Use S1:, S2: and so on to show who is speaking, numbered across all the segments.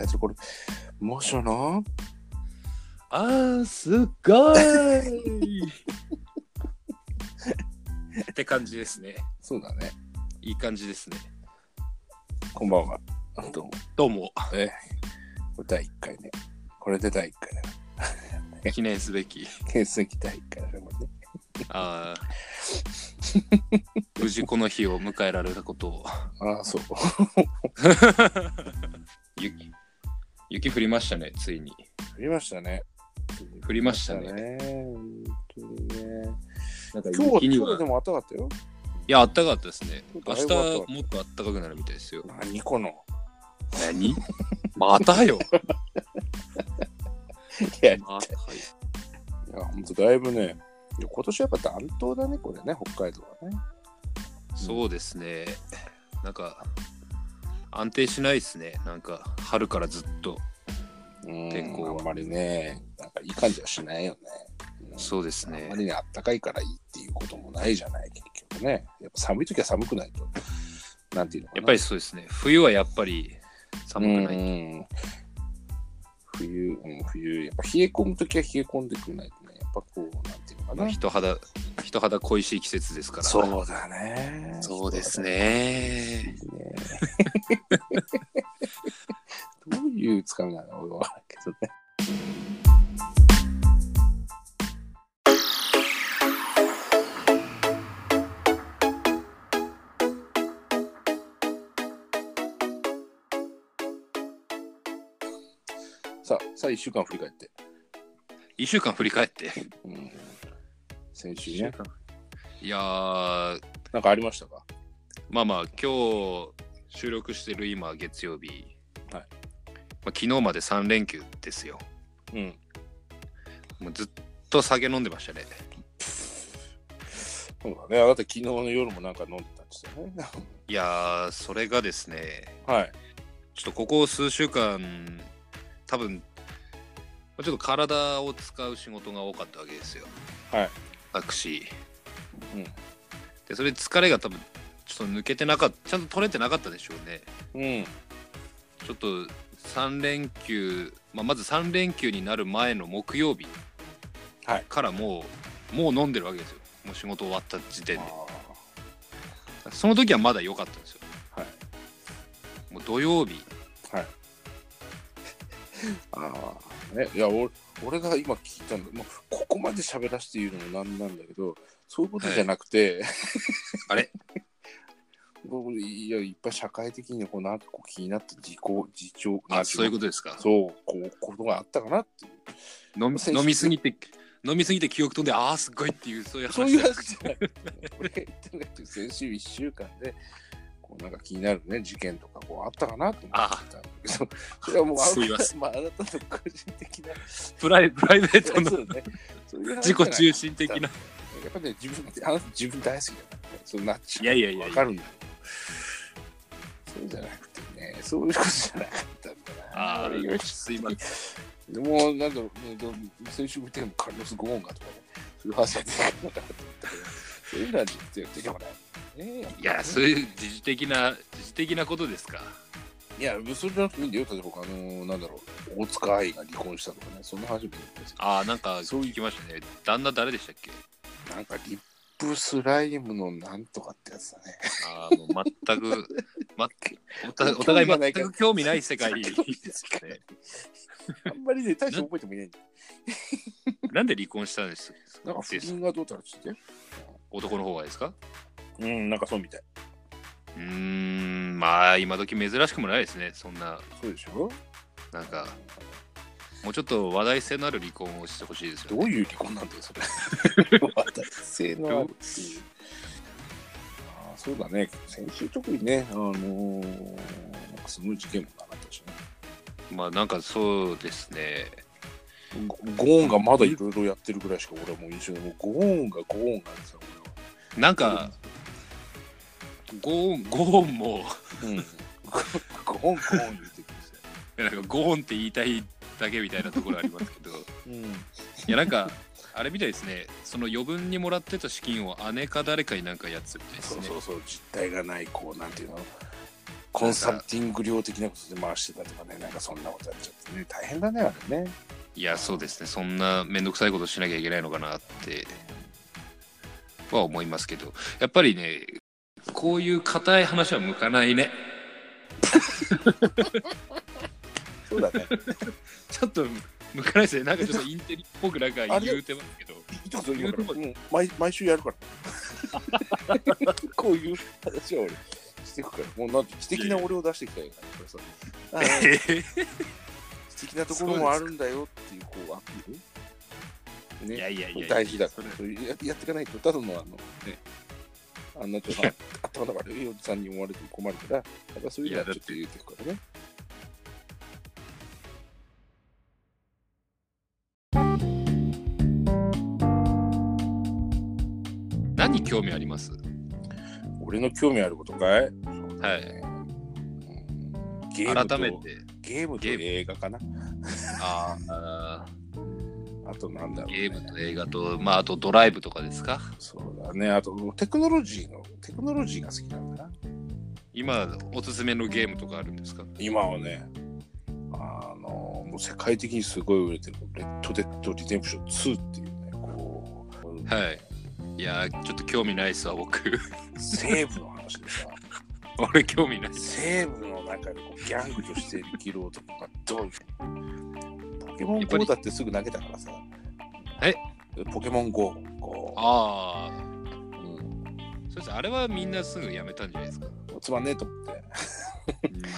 S1: やつこれもしの
S2: あー、すごいって感じですね。
S1: そうだね
S2: いい感じですね。
S1: こんばんはどうも
S2: どうも、
S1: えこれ第1回ねこれで第1回だな
S2: 記念すべ き。
S1: 検査機第1回だねこれね
S2: あー無事この日を迎えられたことを。
S1: ああそう
S2: 雪、雪降りましたね、ついに。
S1: 振りましたね
S2: 降りましたね
S1: 本当にね
S2: なん
S1: 今日
S2: か雪
S1: は
S2: に
S1: 今
S2: は
S1: 日でも暖かかったよ
S2: いや、あったかかったですね。
S1: だ
S2: 明
S1: いぶ暖
S2: 日
S1: かかった
S2: もっとあったかくなるみたいですよ。
S1: 何この
S2: 何 またよ。
S1: いやい
S2: またよ
S1: や本当だいぶねいや今年はやっぱ暖冬だねこれね北海道はね
S2: そうですね。なんか、安定しないですね。なんか、春からずっと。
S1: うん
S2: 天候は
S1: あんまりねなんかいい感じはしないよねうん
S2: そうです
S1: あん
S2: ね
S1: ま。りね、あったかいからいいっていうこともないじゃない、結局ね。やっぱ寒い時は寒くないと。なんていうのかな。
S2: やっぱりそうですね。冬はやっぱり寒くな
S1: う
S2: い。
S1: ん冬、うん、冬、やっぱ冷え込む時は冷え込んでくれないとね。やっぱこう、なんていうのか
S2: まあ
S1: な。
S2: 人肌、人肌恋しい季節ですから。
S1: そうだね。
S2: そうです
S1: いい
S2: ね
S1: ね。。 どういうつかみなの俺は。けどね。さあ、さあ1週間振り返って。
S2: 一週間振り返って。
S1: うん、先週ね。
S2: いやー、
S1: なんかありましたか
S2: まあまあ、今日収録してる今、月曜日。
S1: はい
S2: まあ、昨日まで3連休ですよ。
S1: うん。
S2: もうずっと酒飲んでましたね。
S1: そうだね。あなた昨日の夜もなんか飲んでたんですよね。
S2: いやー、それがですね、
S1: はい。
S2: ちょっとここ数週間、多分まあちょっと体を使う仕事が多かったわけですよ。
S1: はい。
S2: 私。
S1: うん
S2: で、それで疲れが多分、ちょっと抜けてなかった、ちゃんと取れてなかったでしょうね。
S1: うん。
S2: ちょっと3連休、まあ、まず3連休になる前の木曜日
S1: はい
S2: からもう、もう飲んでるわけですよ。もう仕事終わった時点で。
S1: あ
S2: その時はまだ良かったんですよ。。
S1: はい
S2: もう土曜日、
S1: ーね、いや俺俺が今聞いたのもうここまで喋らせて言うのもなんなんだけどそういうことじゃなくて、
S2: あれ
S1: 僕いやいっぱい社会的にこうなんかこう気になった事項事情
S2: あ、そういうこととですか。
S1: そうこうことがあったかなっていう
S2: 飲み
S1: 先週
S2: 飲みすぎて飲みすぎて記憶飛んでああすごいっていうそういう話
S1: そういう話じゃなくて、ね、俺が言ってるのは先週1週間でこうなんか気になるね事件とかこうあったかなと思ってたんだけどそれはもう
S2: すい
S1: あ
S2: ま
S1: な
S2: せ
S1: た,、まあ、あなたの個人的な
S2: プライプライベ ー
S1: そ
S2: ト
S1: う
S2: の
S1: ねそういう話じ
S2: 自
S1: ゃない
S2: 己中心的な
S1: やっぱね、自分って、あの人自分大好きだからね、そうなっちゃう。
S2: いやいやいやいや
S1: わかるんだけど。そうじゃなくてね、そういうことじゃなかったんだな。
S2: あ
S1: 俺
S2: あ
S1: よし
S2: すい ません
S1: でも、なんだろう、ね、ど先週見てもカルロス・ゴーンがとかね、そういう話は出てこなかったんだけど、そういうのは出てこない。ね
S2: いやそういう自主的な自主的なことですか
S1: いや、それじゃなくていいんだよ。例えば、あのなんだろう、大塚愛が離婚したとかね、そんな話もいいんですよ。
S2: ああなんか
S1: そういう
S2: 聞きましたね旦那誰でしたっけ
S1: なんか、リップスライムのなんとかってやつだね。
S2: ああもう全 く、ま、おたお互い全く興味な い世界 ですよね
S1: あんまりね、大して覚えてもいないんだよ
S2: なんで離婚したんです
S1: なんか、不倫がどうたらっつって。
S2: 男の方がですか
S1: うん、なんかそうみたい。
S2: うーんまあ今時珍しくもないですねそんな
S1: そうでしょ
S2: なんかもうちょっと話題性のある離婚をしてほしいですよ、
S1: ど
S2: ね。
S1: ういう離婚なんだよ、それ。 私性のあるっていう。あーそうだね、先週特にね、あのー、なんかすごい事件もなかったしね。
S2: まあなんかそうですね。
S1: ゴゴーンがまだいろいろやってるぐらいしか俺はもう印象で、もうゴーンがゴーンがさ、
S2: なんか、ゴーン、ゴーンも、
S1: 俺は。 うん。ゴーン、ゴーン言ってくるんですよ。
S2: なんかゴーンって言いたいだけみたいなところあります けど、い
S1: うん。
S2: やなんか、あれみたいですね、その余分にもらってた資金を姉か誰かになんかやってたみたいです
S1: そう
S2: ね。
S1: そうそう、実体がない、こう、なんていうのコンサルティング料的なことで回してたとかね、なんかそんなことやっちゃってね、大変だね、あれね。
S2: いや、そうですね。そんなめんどくさいことしなきゃいけないのかなっては思いますけど、やっぱりね、こういう硬い話は向かないね。
S1: そうだね。
S2: ちょっと向かないですね。なんかちょっとインテリっぽくなんか言うてますけど。
S1: いつもそう言うから、うん毎毎週やるから。こういう話は俺、していくから、もうなんて、知的な俺を出していきたいからさ。 ああ知的なところもあるんだよっていう、こう、アピール。ね
S2: い。やいやいや。
S1: 大事だか
S2: それ
S1: らそれややっていかないとただのあのねあんなちょっと
S2: いや
S1: 頭の悪いおじさんに思われても困るからやっぱそういうのはい
S2: やだ
S1: ち
S2: っ
S1: ょっ
S2: て
S1: と言うてくからね
S2: 何興味あります
S1: 俺の興味あることかい
S2: はい
S1: うんゲームと
S2: 改めて。
S1: ゲームと
S2: ゲーム
S1: 映画かな
S2: ああ
S1: あとなんだろう、ね、
S2: ゲームと映画と、まああとドライブとかですか
S1: そうだねあとテクノロジーのテクノロジーが好きなんだな
S2: 今おすすめのゲームとかあるんですか
S1: 今はねあのもう世界的にすごい売れてるレッド・デッド・リデンプション2っていうねこう
S2: はい。いやー、ちょっと興味ないっすわ、僕。
S1: 西部の話でさ
S2: 俺、興味ないっす。
S1: 西部の中でこうギャングとして生きる男がどういうポケモン GO だってすぐ投げたからさ
S2: え
S1: ポケモン GO こ
S2: ああ、
S1: う、うん、
S2: そうです。あれはみんなすぐやめたんじゃないですか。
S1: つまんねえと思って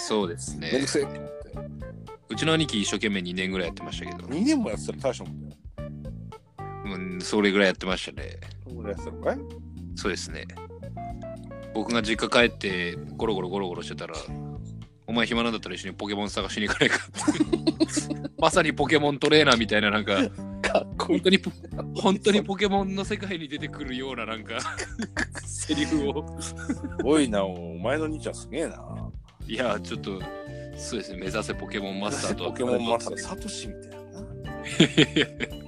S2: そうです
S1: めん
S2: ね
S1: どく。せえと思って
S2: うちの兄貴一生懸命2年ぐらいやってましたけど、
S1: 2年もやってたら大したもんだよ
S2: うん、それぐらいやってましたね。
S1: どんぐらいやってたのかい
S2: そうですね。僕が実家帰ってゴロゴロゴロゴロしてたら、お前暇なんだったら一緒にポケモン探しに行かないかって。 まさにポケモントレーナーみたいななんか
S1: かっこい
S2: 本
S1: い
S2: 当にポ本当にポケモンの世界に出てくるようななんかセリフを
S1: すごいなお前の兄ちゃんすげえない
S2: やちょっとそうですね目指せポケモンマスターと
S1: ポケモンマスターサトシみたいな
S2: ー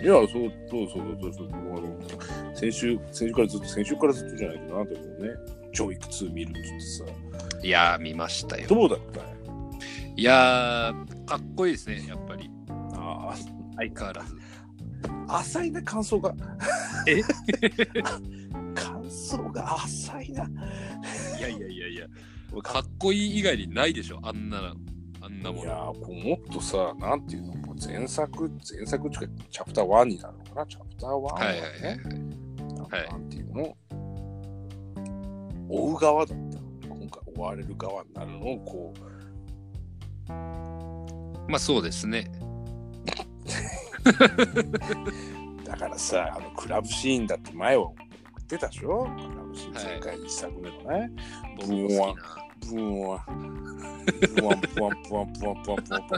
S1: いや、そうそうそうそうそうあの先週、先週からずっと、先週からずっとじゃないけどなと思うね。超いくつ見るって言ってさ、
S2: いやー見ましたよ
S1: どうだったい
S2: いやーかっこいいですねやっぱり
S1: あ
S2: 相変わらず
S1: あ、浅いな、感想が。
S2: え
S1: 感想が浅いな。
S2: いやいやいやいやかっこいい以外にないでしょあんなあんないも
S1: や
S2: の
S1: ーこうもっとさ、なんていうの、こう前作、前作っていうか、チャプター1になるのかな、チャプター1は
S2: はいはいはい
S1: ね、なんか
S2: はい
S1: なんていうの、追う側だったの。今回追われる側になるのを、こう、
S2: まあそうですね
S1: だからさ、あのクラブシーンだって前は言ってたでしょクラブシーン前回一作目のね、
S2: 僕も好きな
S1: ブーンは。ブワンブワンブワンブワンブワンブワンブワンブワン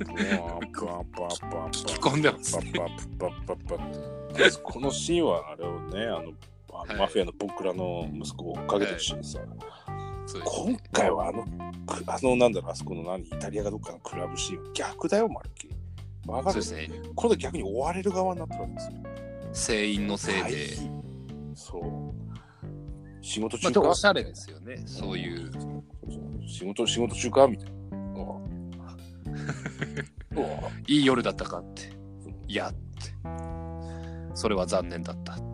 S1: ブワンブワンブワン
S2: 聞き込んでますね
S1: パパパパパこのシーンはあれをねあの、あの
S2: はい
S1: マフィアの僕らの息子を追っかけてるシーンさ、
S2: そうです
S1: 今回はあのくあのなんだろうあそこの何イタリアがどっかのクラブシーンは逆だよまるっきりわか
S2: そう
S1: る
S2: ですね
S1: 今度逆に追われる側になってるわけですよ
S2: 船員のせい
S1: 大
S2: で、
S1: 変そう仕事
S2: ま
S1: 中
S2: あ、
S1: か、
S2: おしゃれですよねそういう
S1: 仕事仕事中かみたい なああうわ
S2: いい夜だったかって。いやって。それは残念だったって。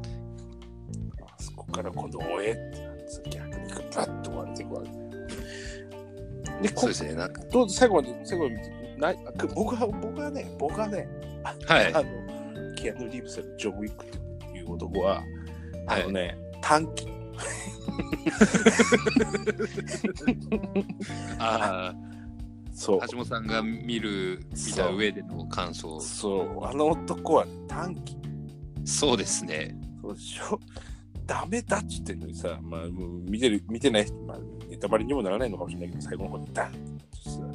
S1: あそこから今度追えってなってさ逆にグパッと追われていくわけだよで
S2: そう
S1: こ
S2: ですね。なんか
S1: どう最後まで最後まで見てないあく僕は僕はね僕はね、
S2: はい
S1: あのキアヌ・リーブスのジョン・ウィックっていう男は、
S2: はい
S1: あのね短期
S2: あ
S1: そう
S2: あ、橋本さんが見る、見た上での感想。
S1: そうあの男は、ね、短期
S2: そうですね。
S1: そうでしょダメだっつってんのにさ、まあ、もう見てる見てない人、まあ、ネタバレにもならないのかもしれないけど最後の方にダンってさ、ま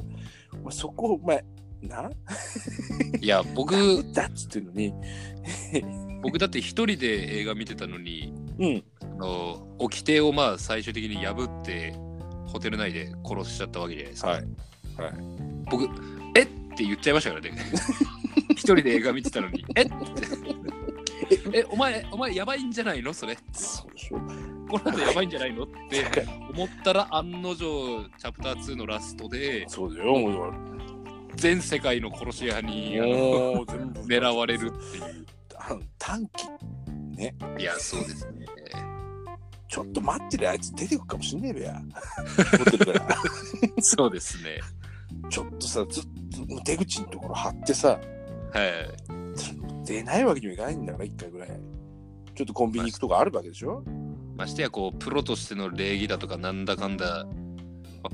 S1: あ、そこをお前ない
S2: や、 僕、
S1: だっつってんのに
S2: 僕だって一人で映画見てたのに、
S1: うん
S2: あの、掟をまあ最終的に破って、ホテル内で殺しちゃったわけじゃないですか。
S1: はいはい
S2: 僕、えって言っちゃいましたから ね。一人で映画見てたのに、えって。え、お前、お前やばいんじゃないのそれ。
S1: そうでしょ
S2: この後やばいんじゃないのって思ったら案の定チャプター2のラストで
S1: そうだよ、もう。
S2: 全世界の殺し屋にあの
S1: もう全部
S2: 狙われるっていう
S1: あの短期
S2: いやそうですね
S1: ちょっと待ってるあいつ出てくかもしんねえべや ホテルから
S2: そうですね
S1: ちょっとさずっと出口のところ張ってさ
S2: はい
S1: 出ないわけにもいかないんだから一回ぐらいちょっとコンビニ行くとかあるわけでしょ
S2: ましてやこうプロとしての礼儀だとかなんだかんだ、まあ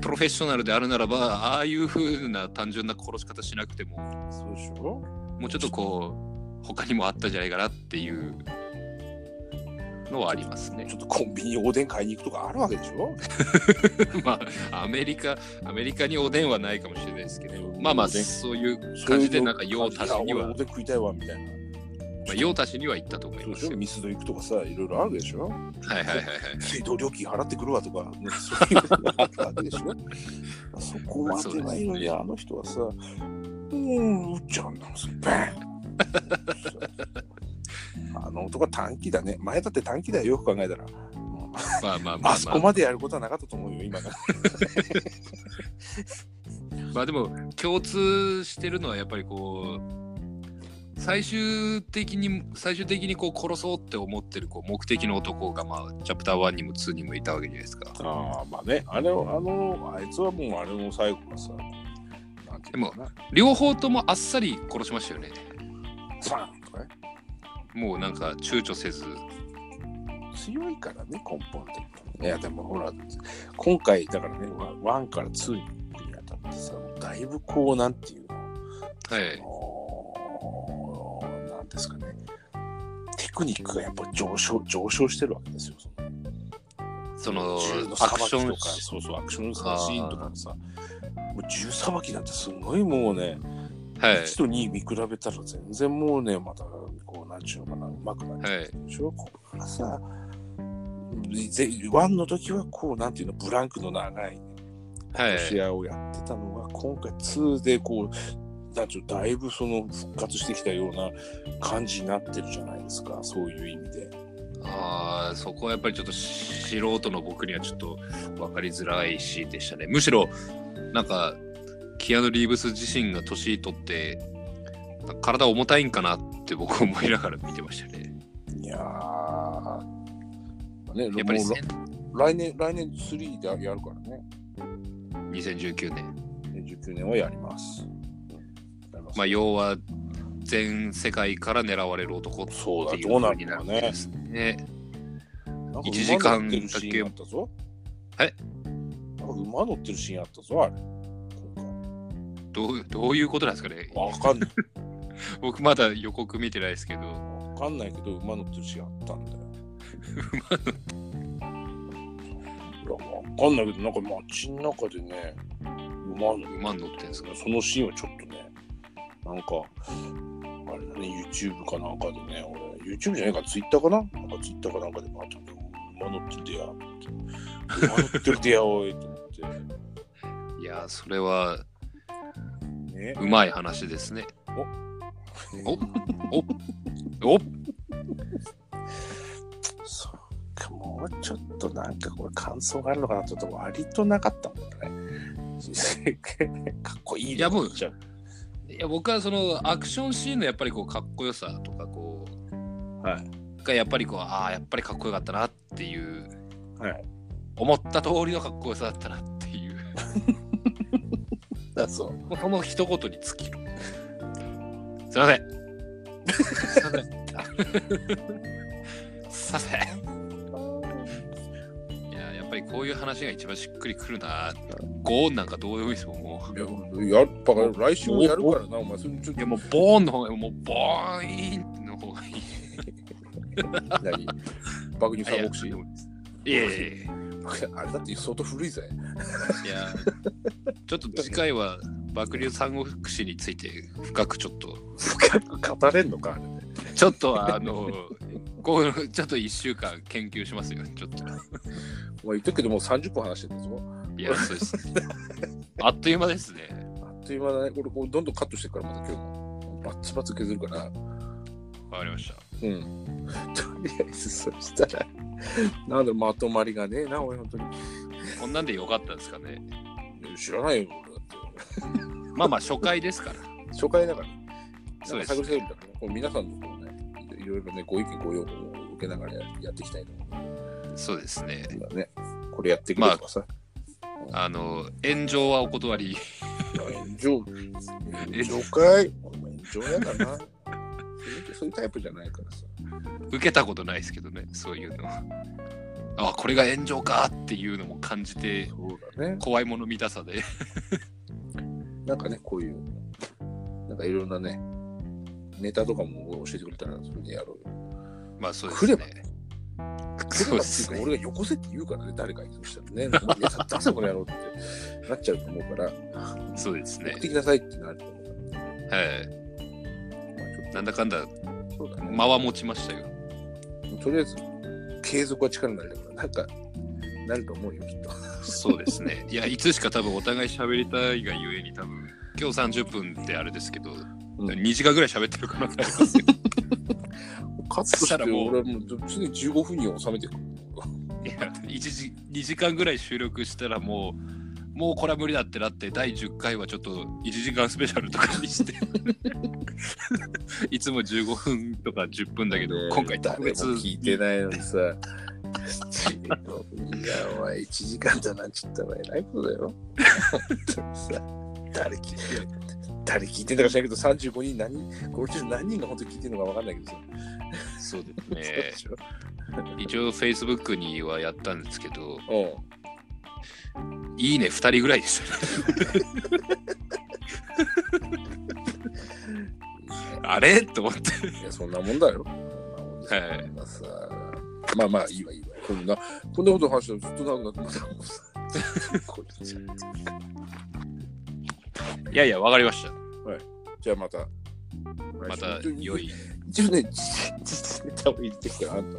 S2: プロフェッショナルであるならばああいう風な単純な殺し方しなくても
S1: そうでしょ
S2: もうちょっとこう他にもあったんじゃないかなっていうのはありますね
S1: ちょっとコンビニおでん買いに行くとかあるわけでしょ
S2: まあアメリカアメリカにおでんはないかもしれないですけどまあまあ
S1: ね
S2: そういう感じでなんか用足しに
S1: いや俺
S2: は
S1: おでん食いたいわみたいな
S2: まあ用足しには行ったと思い
S1: そう
S2: ま
S1: ですしょ
S2: よ
S1: ミスド行くとかさいろいろあるでし ょ
S2: はいはいはいはい
S1: 水道料金払ってくるわとか、ね、そういうのがあるわけでし ょそこまでないのに、あの人はさ、うーん、うっちゃうんだもん、 それバーンあの男は短期だね。前だって短期だよ、よく考えたら。
S2: まあまあまあ
S1: あそ
S2: まあ
S1: こまでやることはなかったと思うよ、今が。
S2: まあでも共通してるのはやっぱりこう最終的に最終的にこう殺そうって思ってるこう目的の男がまあチャプター1にも2にもいたわけじゃないですか。
S1: ああ、まあね、あれを、あの、あいつはもうあれの最後はさ、なんていうのかな、
S2: 両方ともあっさり殺しましたよね。
S1: スパンとかね、
S2: もうなんか躊躇せず。
S1: 強いからね、根本的に。いや、でもほら、今回、だからね、ワン1から2に行くにあたってさ、だいぶこう、なんていうの、
S2: はい。
S1: あのなんですかね、テクニックがやっぱ上昇、上昇してるわけですよ。その
S2: その
S1: 銃の
S2: ア
S1: さば
S2: ク
S1: き
S2: ショ
S1: と
S2: ン
S1: か、そうそう、アクションさシーンとかさ、もう銃さばきなんてすごいもうね、
S2: はい
S1: 1と2見比べたら全然もうね、また、こう、なんちゅうのかな、うまくなっ
S2: はい
S1: てるでしょ、ここからさ、ぜ1の時はこう、なんていうの、ブランクの長い、
S2: はい
S1: ロシアをやってたのが、今回2でこう、なんちゅうだいぶその復活してきたような感じになってるじゃないですか、そういう意味で。
S2: ああそこはやっぱりちょっと素人の僕にはちょっと分かりづらいしでしたねむしろなんかキアヌ・リーブス自身が年取ってなんか体重たいんかなって僕は思いながら見てましたね
S1: いやー、ね、
S2: やっぱり
S1: もう
S2: せん
S1: 来年、来年3でやるからね、
S2: 2019年
S1: 19年はやります。やります
S2: まあ要は全世界から狙われる男って
S1: そうだ、
S2: いう
S1: どうな
S2: 風
S1: る
S2: に
S1: のか
S2: なるん
S1: ね
S2: で。すね
S1: なんか
S2: 1時間
S1: 馬乗ってるシーンあったぞ。
S2: だけ
S1: なんか馬乗ってるシーンあったぞ、あれ。
S2: どうどういうことなんですかね
S1: わかんない。
S2: 僕まだ予告見てないですけど
S1: わかんないけど、馬乗ってるシーンあったんだよ。馬乗っていや、わかんないけど、なんか街の中でね、馬乗って
S2: 馬に乗ってんですか
S1: そのシーンはちょっとね、なんか、あれだね、YouTube かなんかでね、俺、YouTube じゃないか、Twitter かななんか Twitter かなんかでパッと馬乗ってるでや、馬乗ってるでや、おい、と思っ
S2: いやーそれは
S1: て。ね
S2: うまい話ですね。おおお
S1: そうかもうちょっとなんかこれ感想があるのかなちょっと割となかったもんね。かっこいいね
S2: いやもう
S1: じゃあ
S2: いや僕はそのアクションシーンのやっぱりこうかっこよさとかこ
S1: はいう
S2: がやっぱりこうああやっぱりかっこよかったなっていう、
S1: はい
S2: 思った通りのかっこよさだったなっていう
S1: だそう
S2: もうその一言に尽きる。すいません。すいません。すいません。いややっぱりこういう話が一番しっくりくるな。ゴーンなんかどうでもいいですもんもう。
S1: いややっぱ来週もやるからなお前それちょっ
S2: い
S1: と
S2: やもうボーンの方がもうボーンの方がいい。
S1: 何バグニュー三国志
S2: いやいやいやい
S1: あれだって相当古いぜ
S2: やちょっと次回は爆流三国志について深くちょっと
S1: 深く語れんのかあれね
S2: ちょっとあのこうちょっと1週間研究しますよちょっと
S1: お前言っとくけどもう30分話してんだぞ
S2: いやそうですあっという間ですね
S1: あっという間だねこれこうどんどんカットしてるからまた今日バッツバツ削るから
S2: わかりました
S1: うんとりあえずそしたらなんでまとまりがねえな、俺、本当に。
S2: こんなんでよかったですかね。
S1: 知らないよ、俺だって。
S2: まあまあ、初回ですから。
S1: 初回だから、
S2: そうです
S1: 探せるんだから、こう皆さんのこうね、いろいろね、ご意見、ご要望を受けながらややっていきたいと思
S2: そうですね。
S1: うんだね。これやってくれとかさ、
S2: あの、炎上はお断り。
S1: 炎上、炎上かいお前炎上やだな。そういうタイプじゃないからさ。
S2: 受けたことないですけどね、そういうのは。あ、これが炎上かっていうのも感じて、
S1: そうだね。
S2: 怖いもの見たさで。
S1: なんかね、こういう、なんかいろんなね、ネタとかも教えてくれたら、それでやろうよ。
S2: まあそうです
S1: 来
S2: ね。
S1: そ
S2: そう
S1: だ
S2: うで
S1: ってい
S2: す
S1: う
S2: ね
S1: か、。俺がよこせって言うからね、誰かにそうしたらね、なんかいや出せこの野郎ってなっちゃうと思うから、
S2: そうですね
S1: 送っ。てきなさいってなると思うから、
S2: はい。
S1: まあちょっ
S2: なんだかんだ、
S1: とそうだね。
S2: 間は持ちましたよ。
S1: とりあえず、継続は力になるから、なんか、なると思うよ、きっと。
S2: そうですね。 いや、いつしか多分お互い喋りたいがゆえに多分、今日30分ってあれですけど、2時間ぐらい喋ってるかなって思いますよ。
S1: カットし
S2: した
S1: て、
S2: らもう
S1: 俺はもう常に15分に収めてくる。
S2: いや、一時、2時間ぐらい収録したらもう、もうこれは無理だってなって、第10回はちょっと1時間スペシャルとかにして、いつも15分とか10分だけど、今回特別
S1: 誰も聞いてないのにさ。15分いや、お前、1時間だなんちゃったら偉いことだよ。本当にさ誰聞いて誰聞いてんだか知らんけど、35人何、50何人が本当に聞いてるのか分かんないけどさ。
S2: そうですね。
S1: そうでし
S2: 一応 Facebook にはやったんですけど、
S1: ょ
S2: いいね2人ぐらいです。
S1: うん。
S2: あれと思って。
S1: いや、そんなもんだよ。そんなもんですよ
S2: はい
S1: まあさまあまあ、いいわ、いいわ。こんな、こんなことの話してずっと長くなってまたもうさ。これじゃ
S2: いやいや、わかりました。
S1: じゃあまた。
S2: また良。い。
S1: 一応ね、実ネタを言ってきたら、あん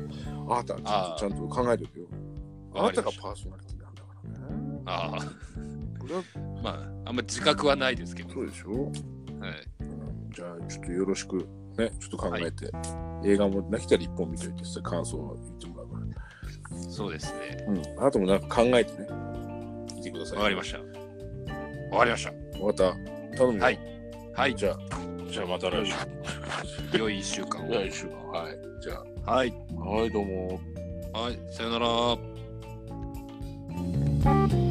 S1: た、あんたちゃん
S2: あ
S1: と
S2: ー
S1: ちゃんと考えておくよ。あ
S2: わ
S1: な
S2: か
S1: た
S2: りま
S1: が
S2: し
S1: パーソ
S2: た
S1: ナリティなんだからね。
S2: ああ、
S1: これは
S2: まあ、あんま自覚はないですけど。
S1: そうでしょ
S2: はい、
S1: うんじゃあ、ちょっとよろしく、ね、ちょっと考えて、映画もなきたら一本見といてさ、感想を言ってもらうから。
S2: そうですね。
S1: うん、あなたもなんか考えてね、聞いてください。
S2: わかりました。わかりました。
S1: た。わかった。頼むよ
S2: はいはい、
S1: じゃあ、じゃあまた来週。
S2: 良い1週間を。
S1: 週は。はい。じゃ
S2: はい、
S1: あ、はい、どうも。
S2: はい、さよなら。